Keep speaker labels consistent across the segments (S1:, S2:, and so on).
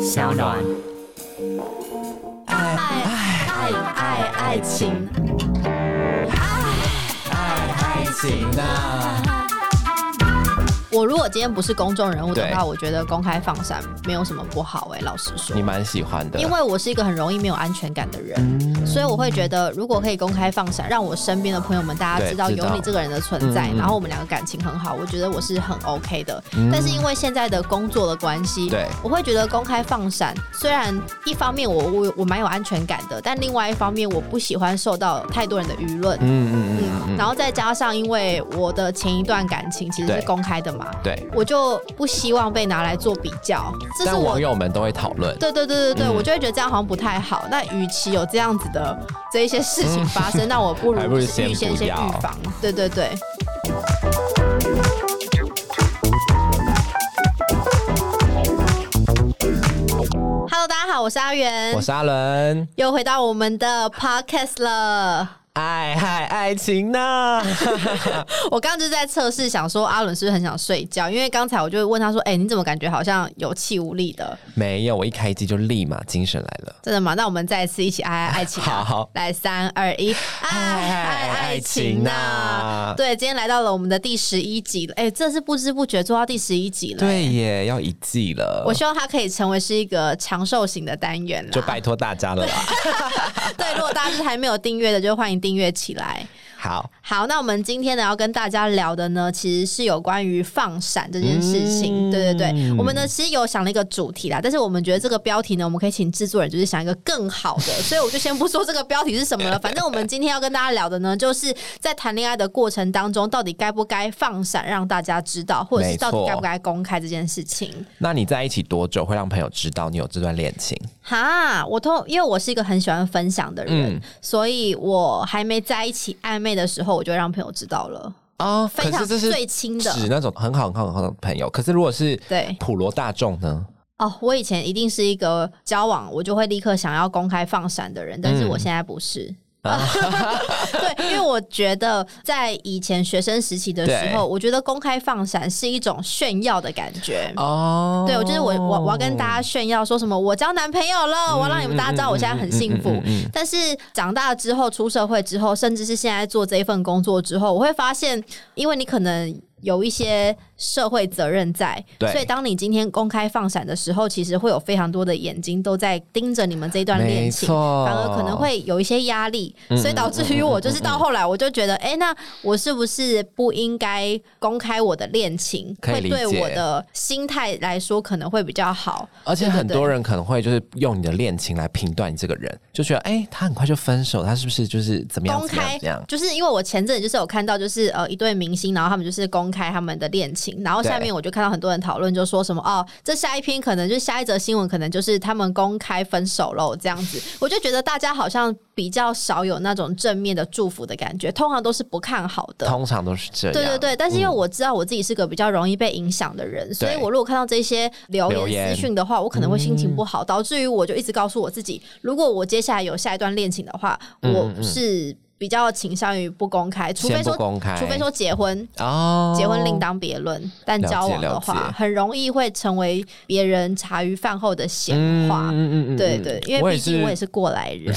S1: 小暖，
S2: 爱爱爱爱情，
S1: 爱情啊，
S3: 我如果今天不是公众人物的
S1: 对
S3: 话，我觉得公开放闪没有什么不好哎、老实说
S1: 你。蛮喜欢的，
S3: 因为我是一个很容易没有安全感的人，所以我会觉得，如果可以公开放闪，让我身边的朋友们大家
S1: 对
S3: 知道
S1: 知
S3: 有
S1: 道
S3: 你这个人的存在
S1: 嗯，嗯
S3: 然后我们两个感情很好，我觉得我是很 OK 的。但是因为现在的工作的关系，
S1: 对
S3: 我会觉得公开放闪，虽然一方面我我我蛮有安全感的，但另外一方面我不喜欢受到太多人的舆论。
S1: 嗯嗯嗯
S3: 嗯，然后再加上，因为我的前一段感情其实
S1: 对
S3: 是公开的嘛，
S1: 对，
S3: 我就不希望被拿来做比较，这是
S1: 但
S3: 我
S1: 网友们都会讨论，
S3: 对对对对对，
S1: 嗯
S3: 我就会觉得这样好像不太好。那与其有这样子的这一些事情发 生，那我不
S1: 还不
S3: 如
S1: 如
S3: 就是预
S1: 先
S3: 先
S1: 不
S3: 先
S1: 要
S3: 预防。对对对，Hello，大家好，我是阿元
S1: 我，是阿伦，
S3: 又回到我们的 Podcast 了。
S1: 爱爱爱情呢，
S3: 我刚刚就在测试，想说阿伦是不是很想睡觉？因为刚才我就问他说：“哎、你怎么感觉好像有气无力的？”
S1: 没有，我一开机就立马精神来了。
S3: 真的吗？那我们再一次一起爱爱爱情、啊。
S1: 好
S3: 来三二一，爱爱爱
S1: 啊
S3: 情呐、啊
S1: 呐
S3: 对，今天来到了我们的第十一集了，哎、这是不知不觉做到第十一集了。，
S1: 对耶，要一季了，
S3: 我希望它可以成为是一个长寿型的单元
S1: 就
S3: 啦。
S1: 拜托大家了啦。
S3: 对，如果大家是还没有订阅的，就欢迎订阅起来。
S1: 好，
S3: 好，那我们今天呢要跟大家聊的呢，其实是有关于放闪这件事情。
S1: 嗯
S3: 对对对，我们呢其实有想了一个主题啦，但是我们觉得这个标题呢，我们可以请制作人就是想一个更好 的，所以我就先不说这个标题是什么了。反正我们今天要跟大家聊的呢，就是在谈恋爱的过程当中，到底该不该放闪让大家知道，或者是
S1: 没
S3: 到
S1: 错
S3: 底该不该公开这件事情。
S1: 那你在一起多久会让朋友知道你有这段恋情？
S3: 哈，我通因为我是一个很喜欢分享的人，
S1: 嗯
S3: 所以我还没在一起暧昧的时候，我就让朋友知道了。
S1: 哦，
S3: 非
S1: 可
S3: 常
S1: 是这是
S3: 最亲的
S1: 指那种很好很好很好的朋友。可是如果是
S3: 对
S1: 普罗大众呢？
S3: 哦，我以前一定是一个交往我就会立刻想要公开放闪的人，但是我现在不是。对，因为我觉得在以前学生时期的时候，
S1: 对
S3: 我觉得公开放闪是一种炫耀的感觉。
S1: 哦，
S3: 对，我就是我，我我要跟大家炫耀说什么，我交男朋友了，我要让你们大家知道我现在很幸福。
S1: 嗯
S3: 但是长大之后，出社会之后，甚至是现在做这一份工作之后，我会发现，因为你可能有一些社会责任在，
S1: 对
S3: 所以当你今天公开放闪的时候，其实会有非常多的眼睛都在盯着你们这一段恋
S1: 没
S3: 情，
S1: 错嗯
S3: 反而可能会有一些压力，所以导致于我就是到后来我就觉得，哎、那我是不是不应该公开我的恋情？
S1: 可
S3: 会
S1: 以理
S3: 对
S1: 解
S3: 我的心态来说可能会比较好。
S1: 而且
S3: 对对
S1: 很多
S3: 对
S1: 人可能会就是用你的恋情来评断你这个人，就觉得哎、他很快就分手，他是不是就是怎么样
S3: 公
S1: 怎么
S3: 开
S1: 样怎么样？
S3: 就是因为我前阵子就是有看到，就是呃一对明星，然后他们就是公开他们的恋情，然后下
S1: 对
S3: 面我就看到很多人讨论，就说什么哦，这下一篇可能就是下一则新闻，可能就是他们公开分手喽这样子。我就觉得大家好像比较少有那种正面的祝福的感觉，通常都是不看好的。
S1: 通常都是这样。嗯
S3: 对对对，但是因为我知道我自己是个比较容易被影响的人，所以我如果看到这些留
S1: 留
S3: 言
S1: 言嗯
S3: 私讯的话，我可能会心情不好，导致于我就一直告诉我自己，如果我接下来有下一段恋情的话，我是比较倾向于不公开，除非
S1: 嗯先不
S3: 说
S1: 公开，
S3: 除非说结婚。
S1: 哦，
S3: 结婚另当别论，但
S1: 了解
S3: 交往的
S1: 了
S3: 话，
S1: 解
S3: 很容易会成为别人茶余饭后的闲话。
S1: 嗯
S3: 对对，因
S1: 我
S3: 为
S1: 也
S3: 毕竟
S1: 是，
S3: 我也是过来 人，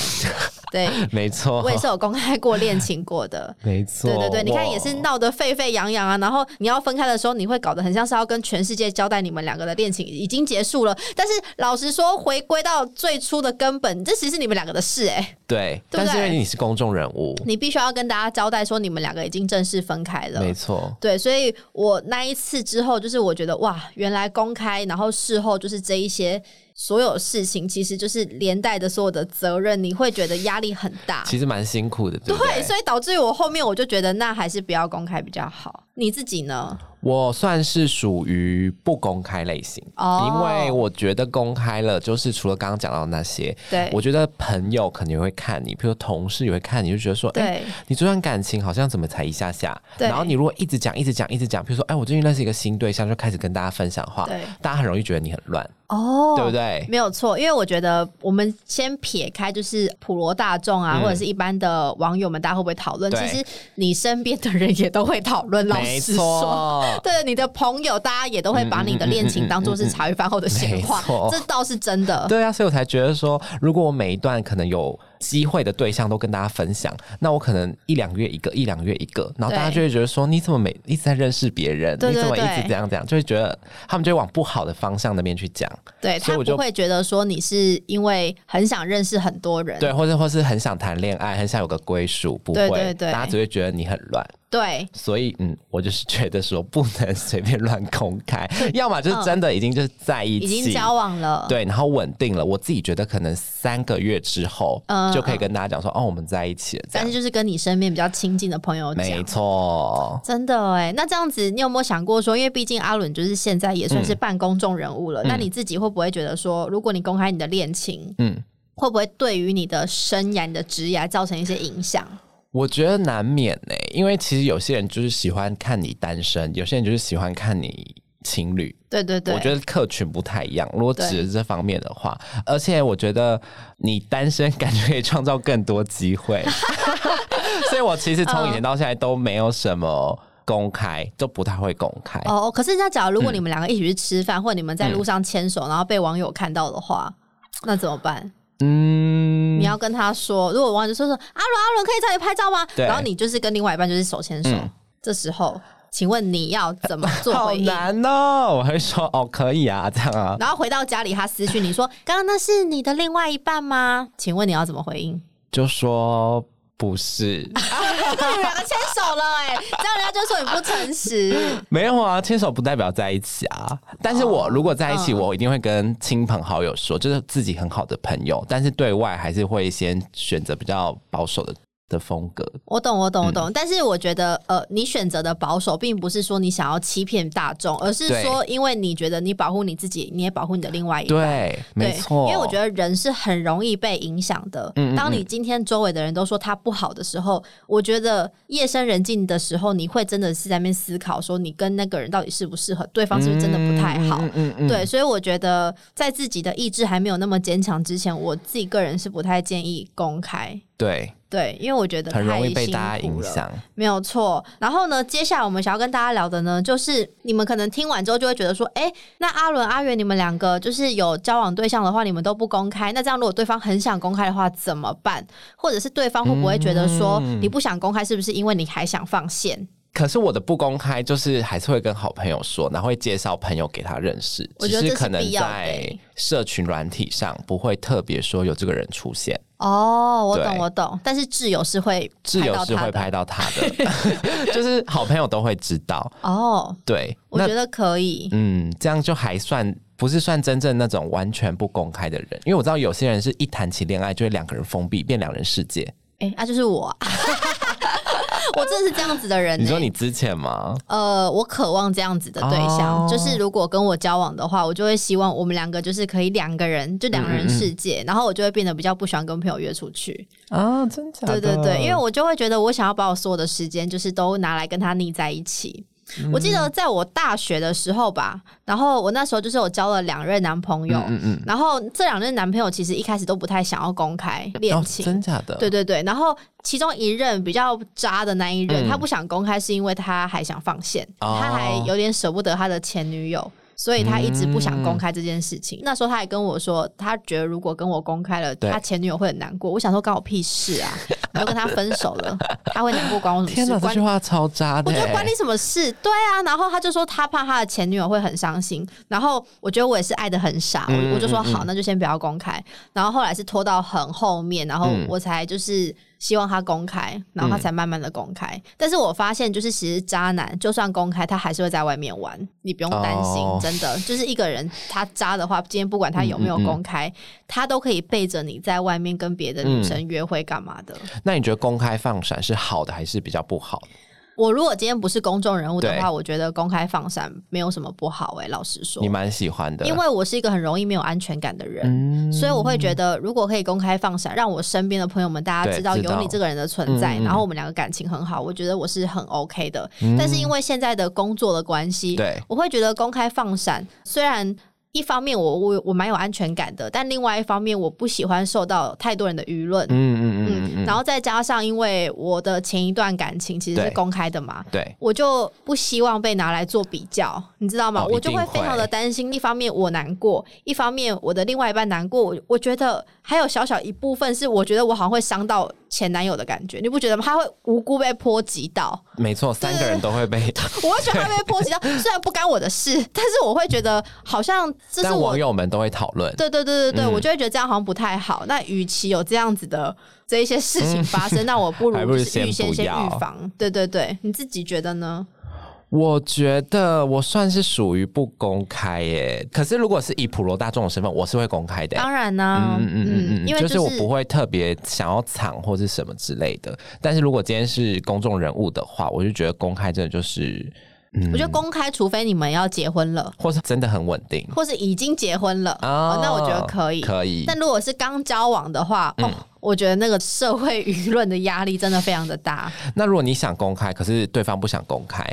S3: 对
S1: 没错，
S3: 我也是有公开过恋情过的。
S1: 没错，
S3: 对对对，你看也是
S1: 哇
S3: 闹得沸沸扬扬啊，然后你要分开的时候，你会搞得很像是要跟全世界交代你们两个的恋情已经结束了。但是老实说，回归到最初的根本，这其实是你们两个的事哎、
S1: 对，
S3: 对不
S1: 但是因
S3: 对
S1: 为你是公众人物，
S3: 你必须要跟大家交代说你们两个已经正式分开了
S1: 没。错，
S3: 对，所以我那一次之后，就是我觉得哇，原来公开，然后事后就是这一些所有事情，其实就是连带的所有的责任，你会觉得压力很大。
S1: 其实蛮辛苦的，对不
S3: 对，所以导致于我后面我就觉得，那还是不要公开比较好。你自己呢？
S1: 我算是属于不公开类型，
S3: 哦
S1: 因为我觉得公开了，就是除了刚刚讲到那些，
S3: 对
S1: 我觉得朋友可能也会看你，比如同事也会看你，就觉得说，哎、
S3: 对
S1: 你这段感情好像怎么才一下下，
S3: 对
S1: 然后你如果一直讲、一直讲、一直讲，比如说，哎，我最近认识一个新对象，就开始跟大家分享话
S3: 对，
S1: 大家很容易觉得你很乱，
S3: 哦，
S1: 对不？对？
S3: 没有错，因为我觉得我们先撇开就是普罗大众啊，
S1: 嗯
S3: 或者是一般的网友们，大家会不会讨论？
S1: 对
S3: 其实你身边的人也都会讨论。老
S1: 没
S3: 实说。
S1: 错，
S3: 对你的朋友，大家也都会把你的恋情当做是茶余饭后的闲话
S1: 嗯嗯嗯嗯嗯嗯没错，
S3: 这倒是真的。
S1: 对啊，所以我才觉得说，如果我每一段可能有机会的对象都跟大家分享，那我可能一两个月一个，一两个月一个，然后大家
S3: 对
S1: 就会觉得说，你怎么每一直在认识别人，
S3: 对对
S1: 你怎么一
S3: 对
S1: 直这样这样，就会觉得他们就会往不好的方向那边去讲，
S3: 对
S1: 所以
S3: 他
S1: 我就
S3: 不会觉得说你是因为很想认识很多人，
S1: 对，或者或是很想谈恋爱，很想有个归属，不会，
S3: 对对对
S1: 大家只会觉得你很乱。
S3: 对
S1: 所以，嗯，我就是 觉得说不能随便乱公开，要么就是真的已经就是在一
S3: 嗯
S1: 起，
S3: 已经交往了，
S1: 对，然后稳定了。我自己觉得可能三个月之后，
S3: 嗯
S1: 就可以跟大家讲说，哦，我们在一起了，这
S3: 但
S1: 样
S3: 是就是跟你身边比较亲近的朋友
S1: 没
S3: 讲。
S1: 错。
S3: 真的哎、那这样子，你有没有想过说，因为毕竟阿伦就是现在也算
S1: 嗯
S3: 是半公众人物了，那你自己会不会觉得说，如果你公开你的恋情，
S1: 嗯，
S3: 会不会对于你的生涯、你的职业造成一些影响？
S1: 我觉得难免呢、因为其实有些人就是喜欢看你单身，有些人就是喜欢看你情侣。
S3: 对对对，
S1: 我觉得客群不太一样。如果指这方面的话，而且我觉得你单身感觉可以创造更多机会， 所以我其实从以前到现在都没有什么公开，都不太会公开。
S3: 哦，可是那假如如果
S1: 嗯
S3: 你们两个一起去吃饭，或者你们在路上牵手，然后被网友看到的话，那怎么办？
S1: 嗯，
S3: 你要跟他说，如果网友就说说啊阿伦阿伦可以找你拍照吗？
S1: 对
S3: 然后你就是跟另外一半就是手牵手，
S1: 嗯
S3: 这时候请问你要怎么做
S1: 好
S3: 回应？
S1: 难哦，我会说哦，可以啊，这样啊。
S3: 然后回到家里，他私讯你说：“刚刚那是你的另外一半吗？”请问你要怎么回应？
S1: 就说不是，
S3: 你们两个牵手了、哎， 这样人家就说你不诚实。
S1: 没有啊，牵手不代表在一起啊。但是
S3: 哦
S1: 我如果在一起，
S3: 嗯
S1: 我一定会跟亲朋好友说，就是自己很好的朋友，但是对外还是会先选择比较保守的的风格。
S3: 我懂，我懂，我懂。但是我觉得，呃，你选择的保守，并不是说你想要欺骗大众，而是
S1: 对
S3: 说，因为你觉得你保护你自己，你也保护你的另外一半。
S1: 对，没
S3: 对
S1: 错。嗯
S3: 因为我觉得人是很容易被影响的。当你今天周围的人都说他不好的时候，我觉得夜深人静的时候，你会真的是在那边思考，说你跟那个人到底适不适合，对方是不是真的不太好。
S1: 嗯嗯嗯，
S3: 对，所以我觉得在自己的意志还没有那么坚强之前，我自己个人是不太建议公开。
S1: 对，
S3: 对，因为我觉得
S1: 很容
S3: 太
S1: 易被大家
S3: 辛苦
S1: 影
S3: 了
S1: 响。
S3: 没有错。然后呢，接下来我们想要跟大家聊的呢，就是你们可能听完之后就会觉得说，哎，那阿伦、阿元你们两个就是有交往对象的话，你们都不公开，那这样如果对方很想公开的话怎么办？或者是对方会不会觉得说、你不想公开，是不是因为你还想放线？
S1: 可是我的不公开，就是还是会跟好朋友说，然后会介绍朋友给他认识。
S3: 我
S1: 只
S3: 觉得这是
S1: 可能
S3: 必要的
S1: 在社群软体上不会特别说有这个人出现。
S3: 哦，我懂，
S1: 对
S3: 我懂。但是挚友是会
S1: 挚
S3: 拍
S1: 友
S3: 到
S1: 是
S3: 他
S1: 会
S3: 的
S1: 拍到他的， 就是好朋友都会知道。
S3: 哦，
S1: 对，
S3: 我
S1: 那
S3: 觉得可以。
S1: 嗯，这样就还算不是算真正那种完全不公开的人，因为我知道有些人是一谈起恋爱就会两个人封闭，变两人世界。
S3: 哎、那、就是我 啊，我真的是这样子的人、欸。
S1: 你说你之前吗？
S3: 呃，我渴望这样子的对象，
S1: 哦
S3: 就是如果跟我交往的话，我就会希望我们两个就是可以两个人，就两人世
S1: 嗯
S3: 界，然后我就会变得比较不喜欢跟朋友约出去。
S1: 啊，真假
S3: 对对对，因为我就会觉得我想要把我所有的时间就是都拿来跟他腻在一起。
S1: 嗯
S3: 我记得在我大学的时候吧，然后我那时候就是我交了两任男朋友，
S1: 嗯嗯
S3: 然后这两任男朋友其实一开始都不太想要公开恋
S1: 哦，
S3: 情，
S1: 真假的，
S3: 对对对，然后其中一任比较渣的那一任，
S1: 嗯
S3: 他不想公开，是因为他还想放线，
S1: 哦
S3: 他还有点舍不得他的前女友。所以他一直不想公开这件事情。那时候他还跟我说，他觉得如果跟我公开了，
S1: 嗯对
S3: 他前女友会很难过。我想说，关我屁事啊！我就跟他分手 了，他会难过关我什么
S1: 天
S3: 事？
S1: 哪，这
S3: 关
S1: 句话超渣的
S3: 我
S1: 欸。
S3: 觉得关你什么事？对啊，然后他就说他怕他的前女友会很伤心，然后我觉得我也是爱的很傻，
S1: 嗯
S3: 我我就说
S1: 嗯嗯
S3: 好，那就先不要公开。然后后来是拖到很后面，然后
S1: 嗯
S3: 我才就是希望他公开，然后他才慢慢的公
S1: 嗯
S3: 开。但是我发现就是其实渣男就算公开，他还是会在外面玩，你不用担心，
S1: 哦
S3: 真的就是一个人他渣的话，今天不管他有没有
S1: 嗯嗯嗯
S3: 公开，他都可以背着你在外面跟别的女
S1: 嗯
S3: 生约会干嘛的。
S1: 那你觉得公开放闪是好的还是比较不好的？
S3: 我如果今天不是公众人物的话，
S1: 对
S3: 我觉得公开放闪没有什么不好哎、老实说
S1: 你，蛮喜欢的，
S3: 因为我是一个很容易没有安全感的人，
S1: 嗯
S3: 所以我会觉得如果可以公开放闪，让我身边的朋友们大家
S1: 对
S3: 知道
S1: 知
S3: 有
S1: 道
S3: 你这个人的存在，
S1: 嗯嗯嗯
S3: 然后我们两个感情很好，我觉得我是很 OK 的。但是因为现在的工作的关系，
S1: 对
S3: 我会觉得公开放闪虽然。一方面我我我蛮有安全感的，但另外一方面我不喜欢受到太多人的舆论。
S1: 嗯嗯嗯
S3: 嗯，
S1: 嗯嗯，
S3: 然后再加上，因为我的前一段感情其实是
S1: 对
S3: 公开的嘛，
S1: 对，
S3: 我就不希望被拿来做比较，你知道吗？
S1: 哦
S3: 我就
S1: 一定
S3: 非常
S1: 会
S3: 的担心。一方面我难过，一方面我的另外一半难过。我我觉得还有小小一部分是，我觉得我好像会伤到前男友的感觉，你不觉得吗？他会无辜被波及到，
S1: 没错，三个人都会被，
S3: 我会觉得他被波及 到，虽然不干我的事，但是我会觉得好像 这是
S1: 但
S3: 我
S1: 网友们都会讨论。
S3: 对对对对对，
S1: 嗯
S3: 我就会觉得这样好像不太好。那与其有这样子的这一些事情发生，那我不
S1: 还不
S3: 如
S1: 如
S3: 就是预
S1: 先
S3: 先
S1: 不
S3: 先
S1: 要
S3: 预防。对对对，你自己觉得呢？
S1: 我觉得我算是属于不公开耶，可是如果是以普罗大众的身份，我是会公开的耶。
S3: 当然呢、
S1: 嗯嗯嗯嗯，
S3: 因为
S1: 就是
S3: 是
S1: 我不会特别想要藏或是什么之类的。但是如果今天是公众人物的话，我就觉得公开真的就是，嗯，
S3: 我觉得公开，除非你们要结婚了，
S1: 或是真的很稳定啊
S3: 或是已经结婚了，哦那我觉得可以。
S1: 可以。嗯
S3: 但如果是刚交往的话，哦，我觉得那个社会舆论的压力真的非常的 大。
S1: 那如果你想公开，可是对方不想公开，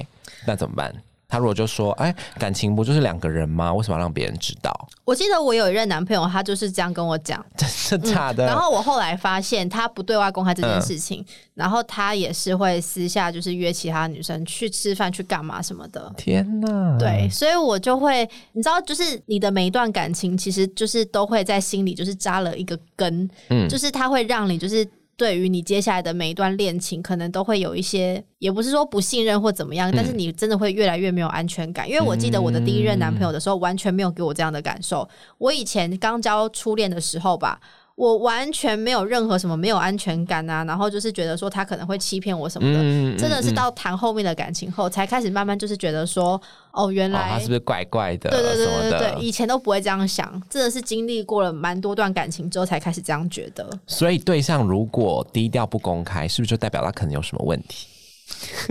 S1: 那怎么办？他如果就说：“哎，感情不就是两个人吗？为什么要让别人知道？
S3: 我记得我有一任男朋友，他就是这样跟我讲，
S1: 真的假的？”
S3: 嗯然后我后来发现他不对外公开这
S1: 嗯
S3: 件事情，然后他也是会私下就是约其他女生去吃饭、去干嘛什么的。
S1: 天哪！
S3: 对，所以我就会，你知道，就是你的每一段感情，其实就是都会在心里就是扎了一个根，
S1: 嗯
S3: 就是它会让你就是。对于你接下来的每一段恋情，可能都会有一些，也不是说不信任或怎么样，但是你真的会越来越没有安全感。因为我记得我的第一任男朋友的时候，完全没有给我这样的感受。我以前刚交初恋的时候吧，我完全没有任何什么没有安全感啊，然后就是觉得说他可能会欺骗我什么的。
S1: 嗯，嗯嗯
S3: 真的是
S1: 嗯
S3: 到谈后面的感情后，才开始慢慢就是觉得说，哦，原
S1: 哦，他
S3: 来、
S1: 是不是怪怪的？
S3: 对对对
S1: 什么
S3: 对对
S1: 的
S3: 对，以前都不会这样想，真的是经历过了蛮多段感情之后，才开始这样觉得。
S1: 所以对象如果低调不公开，是不是就代表他可能有什么问题？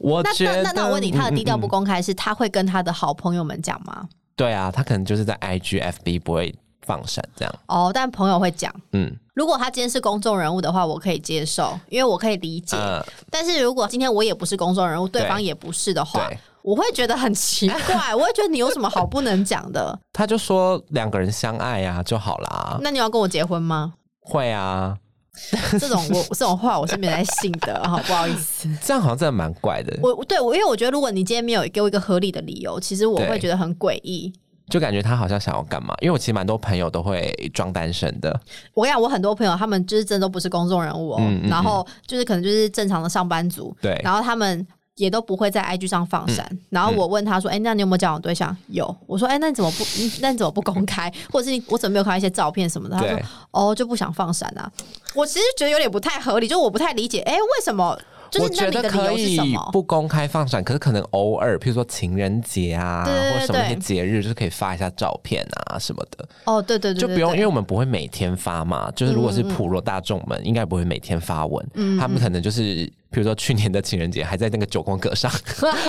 S1: 我
S3: 那
S1: 觉
S3: 那
S1: 得，
S3: 那那我问你，他的低调不
S1: 嗯嗯嗯
S3: 公开是他会跟他的好朋友们讲吗？
S1: 对啊，他可能就是在 IG、FB 不会放闪这样。
S3: 哦，但朋友会讲。
S1: 嗯
S3: 如果他今天是公众人物的话，我可以接受，因为我可以理解。
S1: 嗯，
S3: 但是如果今天我也不是公众人物，对
S1: 对
S3: 方也不是的话
S1: 对，
S3: 我会觉得很奇怪，我会觉得你有什么好不能讲的？
S1: 他就说两个人相爱 啊就好啦。
S3: 那你要跟我结婚吗？
S1: 会啊，
S3: 这种我这种话我是没在信的，好不好意思。
S1: 这样好像真的蛮怪的，
S3: 我对我，因为我觉得如果你今天没有给我一个合理的理由，其实我
S1: 对
S3: 会觉得很诡异。
S1: 就感觉他好像想要干嘛？因为我其实蛮多朋友都会装单身的，
S3: 我跟你讲，我很多朋友他们就是真的都不是公众人物哦，
S1: 嗯嗯
S3: 然后就是可能就是正常的上班族，
S1: 对嗯
S3: 然后他们。也都不会在 IG 上放闪。然后我问他说：“哎、那你有没有交往对象？”有。我说：“哎、那你怎么不？ 嗯那你怎么不公开？或者是你我怎么没有看到一些照片什么的？”他说
S1: 对：“
S3: 哦，就不想放闪啊。”我其实觉得有点不太合理，就我不太理解，哎、为什么？就
S1: 我
S3: 是那
S1: 觉
S3: 你
S1: 得
S3: 的理
S1: 可
S3: 由是
S1: 以
S3: 什么？
S1: 不公开放闪，可是可能偶尔，譬如说情人节啊，
S3: 对对对
S1: 或者什么一些
S3: 对
S1: 节日，就是可以发一下照片啊什么的，
S3: 哦，对对对
S1: 就
S3: 对
S1: 不用，
S3: 对
S1: 因为我们不会每天发嘛。就是如果是普罗大众们，应该不会每天发文，
S3: 嗯
S1: 他们可能就是，譬如说去年的情人节还在那个九宫 格上，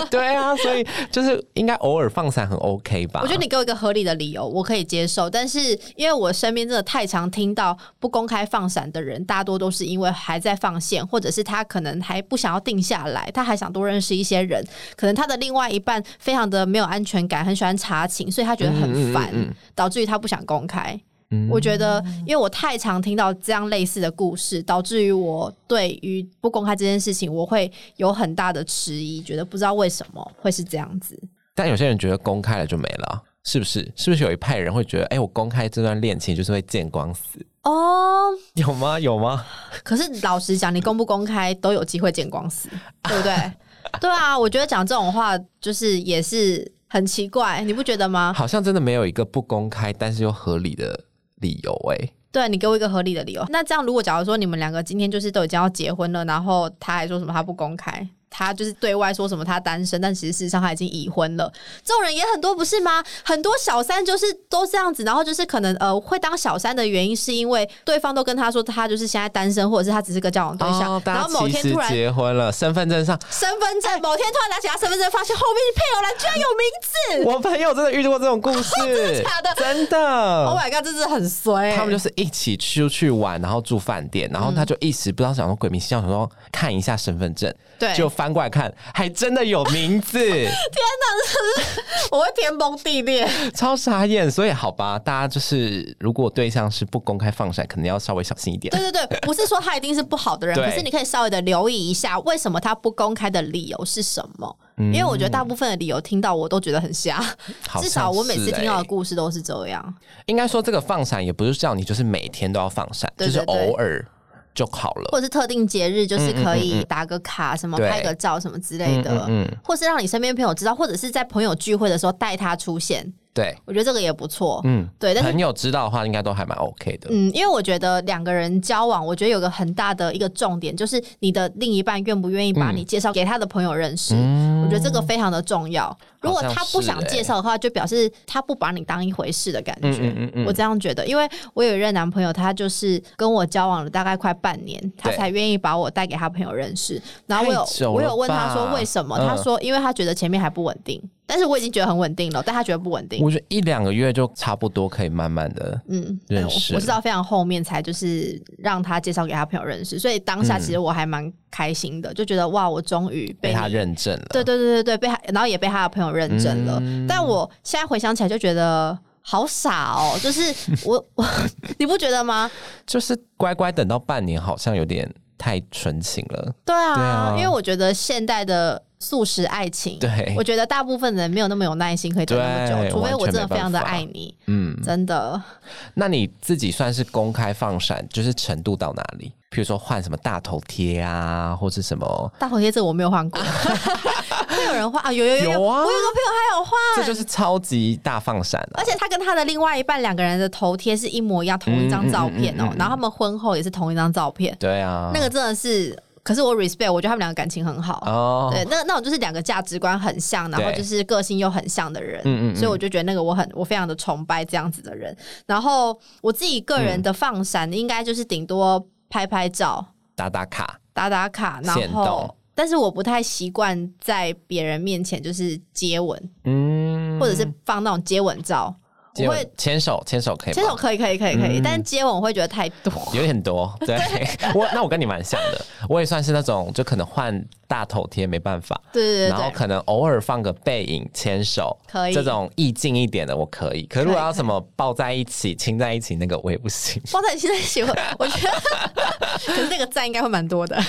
S1: 对啊，所以就是应该偶尔放闪很 OK 吧？
S3: 我觉得你给我一个合理的理由，我可以接受。但是因为我身边真的太常听到不公开放闪的人，大多都是因为还在放线，或者是他可能还不想要定下来，他还想多认识一些人。可能他的另外一半非常的没有安全感，很喜欢查情，所以他觉得很烦，
S1: 嗯嗯嗯嗯
S3: 导致于他不想公开。我觉得，因为我太常听到这样类似的故事，导致于我对于不公开这件事情，我会有很大的迟疑，觉得不知道为什么会是这样子。
S1: 但有些人觉得公开了就没了。是不是？是不是有一派人会觉得，哎、我公开这段恋情就是会见光死？
S3: 哦、
S1: 有吗？有吗？
S3: 可是老实讲，你公不公开都有机会见光 死，对不对？对啊，我觉得讲这种话就是也是很奇怪，你不觉得吗？
S1: 好像真的没有一个不公开但是又合理的理由哎、
S3: 对你给我一个合理的理由。那这样，如果假如说你们两个今天就是都已经要结婚了，然后他还说什么他不公开，他就是对外说什么他单身，但其实事实上他已经已婚了，这种人也很多，不是吗？很多小三就是都这样子，然后就是可能呃会当小三的原因是因为对方都跟他说他就是现在单身，或者是他只是个交往对象，
S1: 哦，
S3: 然
S1: 大
S3: 后某天
S1: 家其实
S3: 突然
S1: 结婚了，身份证上，
S3: 身份证，某天突然拿起他身份证，发现后面配偶栏居然有名字。
S1: 我朋友真的遇到过这种故 事，
S3: 哦
S1: 真的
S3: 假的
S1: 真的
S3: Oh my god，这是嗯很衰欸、
S1: 他们就是一起出去玩，然后住饭店，然后他就一时不知道想说鬼迷心窍，想说看一下身份证，
S3: 对
S1: 就翻过来看，还真的有 名字，
S3: 我会天崩地 裂。
S1: 超傻眼。所以好吧，大家就是如果对象是不公开放闪，可能要稍微小心一点。
S3: 对对对，不是说他一定是不好的人，
S1: 对
S3: 可是你可以稍微的留意一下，为什么他不公开的理由是什么？因为我觉得大部分的理由听到我都觉得很瞎，
S1: 嗯 好像
S3: 至少我每次
S1: 是欸呃
S3: 听到的故事都是这样。
S1: 应该说这个放闪也不是叫你就是每天都要放闪，
S3: 对对
S1: 就是
S3: 对
S1: 偶尔就好了。
S3: 或者是特定节日，就是可以打个卡，什么
S1: 嗯对
S3: 拍个照什么之类的，
S1: 嗯嗯嗯
S3: 或是让你身边朋友知道，或者是在朋友聚会的时候带他出现，
S1: 对，
S3: 我觉得这个也不错。
S1: 嗯，
S3: 对，但是
S1: 朋友知道的话，应该都还蛮 OK 的。
S3: 嗯，因为我觉得两个人交往，我觉得有个很大的一个重点，就是你的另一半愿不愿意把
S1: 嗯
S3: 你介绍给他的朋友认识。我觉得这个非常的重要。如果他不想介绍的话，就表示他不把你当一回事的感觉。
S1: 嗯嗯嗯嗯
S3: 我这样觉得，因为我有一任男朋友，他就是跟我交往了大概快半年，他
S1: 对
S3: 才愿意把我带给他朋友认识。然后我
S1: 太久
S3: 有
S1: 了
S3: 我有问他
S1: 吧
S3: 说为什么，
S1: 嗯
S3: 他说因为他觉得前面还不稳定，但是我已经觉得很稳定了，但他觉得不稳定。
S1: 我觉得一两个月就差不多可以慢慢的，
S3: 嗯，
S1: 认
S3: 但我
S1: 识
S3: 我知道非常后面才就是让他介绍给他朋友认识，所以当下其实我还蛮开心的，就觉得哇，我终于
S1: 嗯被
S3: 你
S1: 他认证了。
S3: 对对对对对，被他，然后也被他的朋友认证了。
S1: 嗯
S3: 但我现在回想起来就觉得好傻哦，就是我 我你不觉得吗？
S1: 就是乖乖等到半年，好像有点太纯情了。
S3: 对啊，
S1: 对啊
S3: 因为我觉得现代的。素食爱情，
S1: 对
S3: 我觉得大部分人没有那么有耐心可以等那么
S1: 对
S3: 久，除非我
S1: 完
S3: 真
S1: 全
S3: 的
S1: 没
S3: 非常的
S1: 办法
S3: 爱你，
S1: 嗯，
S3: 真的。
S1: 那你自己算是公开放闪，就是程度到哪里？譬如说换什么大头贴啊，或是什么，
S3: 大头贴这个我没有换 过，会有人换啊？有有有
S1: 有啊
S3: 我有个朋友还有换，
S1: 这就是超级大放闪啊
S3: 而！且他跟他的另外一半两个人的头贴是一模一样，同一张照片哦、
S1: 嗯嗯嗯嗯嗯
S3: 然后他们婚后也是同一张照片，
S1: 对啊，
S3: 那个真的是，可是我 respect，我觉得他们两个感情很好。
S1: 哦，
S3: 对，那那种就是两个价值观很像，然后
S1: 对
S3: 就是个性又很像的人，
S1: 嗯嗯嗯
S3: 所以我就觉得那个我很我非常的崇拜这样子的人。然后我自己个
S1: 嗯
S3: 人的放闪，应该就是顶多拍拍照、
S1: 打打卡，
S3: 打打卡，
S1: 限
S3: 然
S1: 动
S3: 后。但是我不太习惯在别人面前就是接吻，
S1: 嗯，
S3: 或者是放那种接吻照。我
S1: 接吻
S3: 会
S1: 牵手，牵手可以吗？
S3: 牵手可以可以可以可以，
S1: 嗯
S3: 但接吻我会觉得太 多。
S1: 有点 多，对我那我跟你蛮像的，我也算是那种就可能换大头贴没办法，
S3: 对对
S1: 然后
S3: 对对，
S1: 可能偶尔放个背影、牵手，
S3: 可以
S1: 这种意境一点的我可以，可是如
S3: 可
S1: 果
S3: 以
S1: 要什么抱在一起、亲在一起，那个我也不行。
S3: 抱在现在喜欢，我觉 得，可是那个赞应该会蛮多的。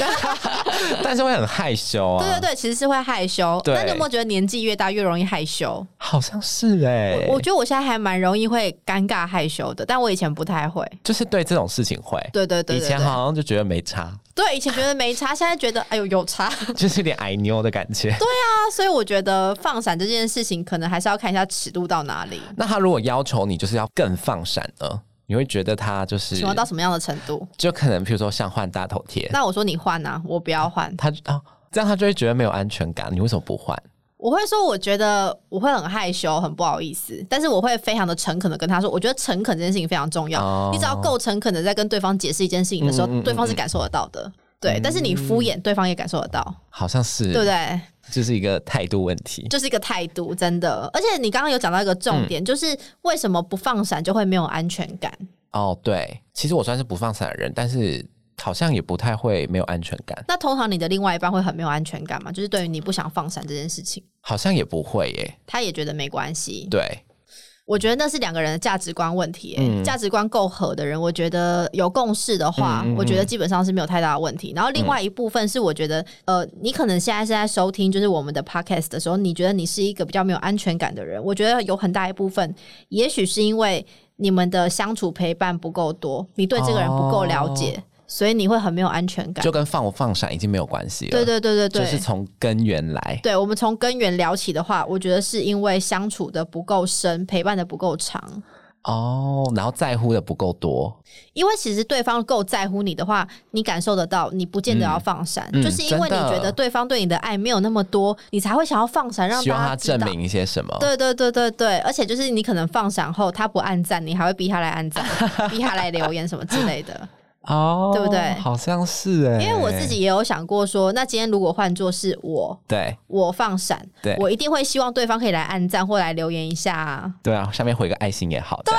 S1: 但是会很害羞啊，
S3: 对对对，其实是会害羞。
S1: 对
S3: 那你有没有觉得年纪越大越容易害羞？
S1: 好像是哎、
S3: 我我觉得我现在还蛮容易会尴尬害羞的，但我以前不太会。
S1: 就是对这种事情会，
S3: 对对对
S1: 以
S3: 对
S1: 前
S3: 对，
S1: 好像就觉得没差，
S3: 对以前觉得没差，现在觉得哎呦有差 啊，
S1: 就是有点矮妞的感觉。
S3: 所以我觉得放闪这件事情可能还是要看一下尺度到哪里，
S1: 那他如果要求你就是要更放闪呢，你会觉得他就是
S3: 喜欢到什么样的程度。
S1: 就可能譬如说像换大头贴，
S3: 那我说你换啊，我不要换。
S1: 他啊、这样他就会觉得没有安全感，你为什么不换？
S3: 我会说，我觉得我会很害羞，很不好意思，但是我会非常的诚恳的跟他说，我觉得诚恳这件事情非常重要。
S1: 哦
S3: 你只要够诚恳的在跟对方解释一件事情的时候，
S1: 嗯嗯嗯
S3: 对方是感受得到的。对，但是你敷衍，对方也感受得到，
S1: 好像是，
S3: 对不对？
S1: 就是一个态度问题。
S3: 就是一个态度，真的。而且你刚刚有讲到一个重
S1: 嗯
S3: 点，就是为什么不放闪就会没有安全感？
S1: 哦，对，其实我算是不放闪的人，但是好像也不太会没有安全感，
S3: 那通常你的另外一半会很没有安全感吗？就是对于你不想放闪这件事情，
S1: 好像也不会耶。
S3: 他也觉得没关系。
S1: 对，
S3: 我觉得那是两个人的价值观问题、欸
S1: 嗯
S3: 价值观够合的人，我觉得有共识的话，
S1: 嗯嗯嗯嗯
S3: 我觉得基本上是没有太大的问题。然后另外一部分是，我觉得、呃，你可能现在是在收听就是我们的 podcast 的时候，你觉得你是一个比较没有安全感的人，我觉得有很大一部分，也许是因为你们的相处陪伴不够多，你对这个人不够了解，所以你会很没有安全感
S1: 哦就。跟放不放闪已经没有关系了。
S3: 对对对对对，
S1: 就是从根源来。
S3: 对我们从根源聊起的话，我觉得是因为相处的不够深，陪伴的不够长。
S1: 哦，然后在乎的不够多，
S3: 因为其实对方够在乎你的话，你感受得到，你不见得要放闪，
S1: 嗯
S3: 就是因为你
S1: 真的
S3: 觉得对方对你的爱没有那么多，你才会想要放闪，让
S1: 希望
S3: 大
S1: 他
S3: 家知
S1: 证
S3: 道。
S1: 明一些什么。
S3: 对对对对对，而且就是你可能放闪后，他不按赞，你还会逼他来按赞，逼他来留言什么之类的。
S1: 哦，
S3: 对不对
S1: 好像是哎，
S3: 因为我自己也有想过说，那今天如果换作是我，
S1: 对
S3: 我放闪
S1: 对，
S3: 我一定会希望对方可以来按赞或来留言一下、啊，
S1: 对啊，下面回个爱心也好，对，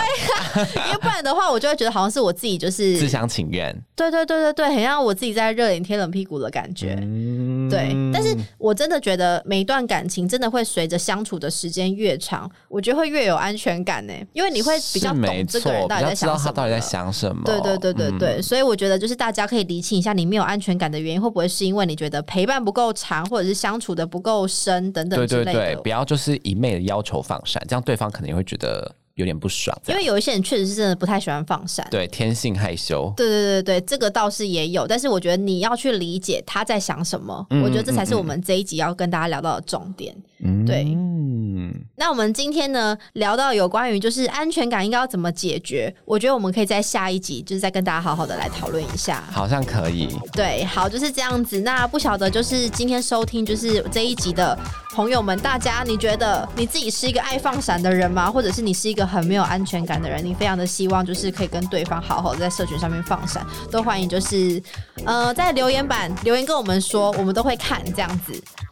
S3: 因为不然的话，我就会觉得好像是我自己就是
S1: 自相情愿。
S3: 对对对对对，很像我自己在热脸贴冷屁股的感觉。
S1: 嗯
S3: 对，但是我真的觉得每一段感情真的会随着相处的时间越长，我觉得会越有安全感呢、因为你会比较
S1: 是没
S3: 懂这个
S1: 错
S3: 人到底
S1: 比
S3: 在
S1: 较知
S3: 想
S1: 道
S3: 什
S1: 他
S3: 么
S1: 到底在
S3: 了
S1: 想嗯什么。
S3: 对对对对对，所以我觉得就是大家可以厘清一下，你没有安全感的原因会不会是因为你觉得陪伴不够长，或者是相处的不够深等等
S1: 对
S3: 之
S1: 嗯对
S3: 类的。
S1: 对，不要就是一昧的要求放闪，这样对方可能也会觉得有点不爽。这
S3: 因
S1: 样
S3: 为有一些人确实是真的不太喜欢放闪。
S1: 对天性害羞，
S3: 对对对对，这个倒是也有，但是我觉得你要去理解他在想什么，我觉得这才是我们这一集要跟大家聊到的重点。
S1: 嗯
S3: 对
S1: 嗯，
S3: 那我们今天呢聊到有关于就是安全感应该要怎么解决，我觉得我们可以在下一集就是再跟大家好好的来讨论一下。
S1: 好像可以。
S3: 对，好，就是这样子。那不晓得就是今天收听就是这一集的朋友们，大家你觉得你自己是一个爱放闪的人吗？或者是你是一个很没有安全感的人？你非常的希望就是可以跟对方好好地在社群上面放闪，都欢迎就是呃在留言板留言跟我们说，我们都会看这样子。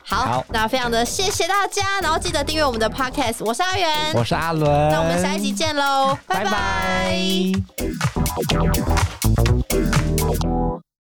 S3: 好，
S1: 好
S3: 那非常的谢谢大家，然后记得订阅我们的 podcast，我是阿元，
S1: 我是阿伦，
S3: 那我们下一集见喽，拜
S1: 拜
S3: 拜
S1: 拜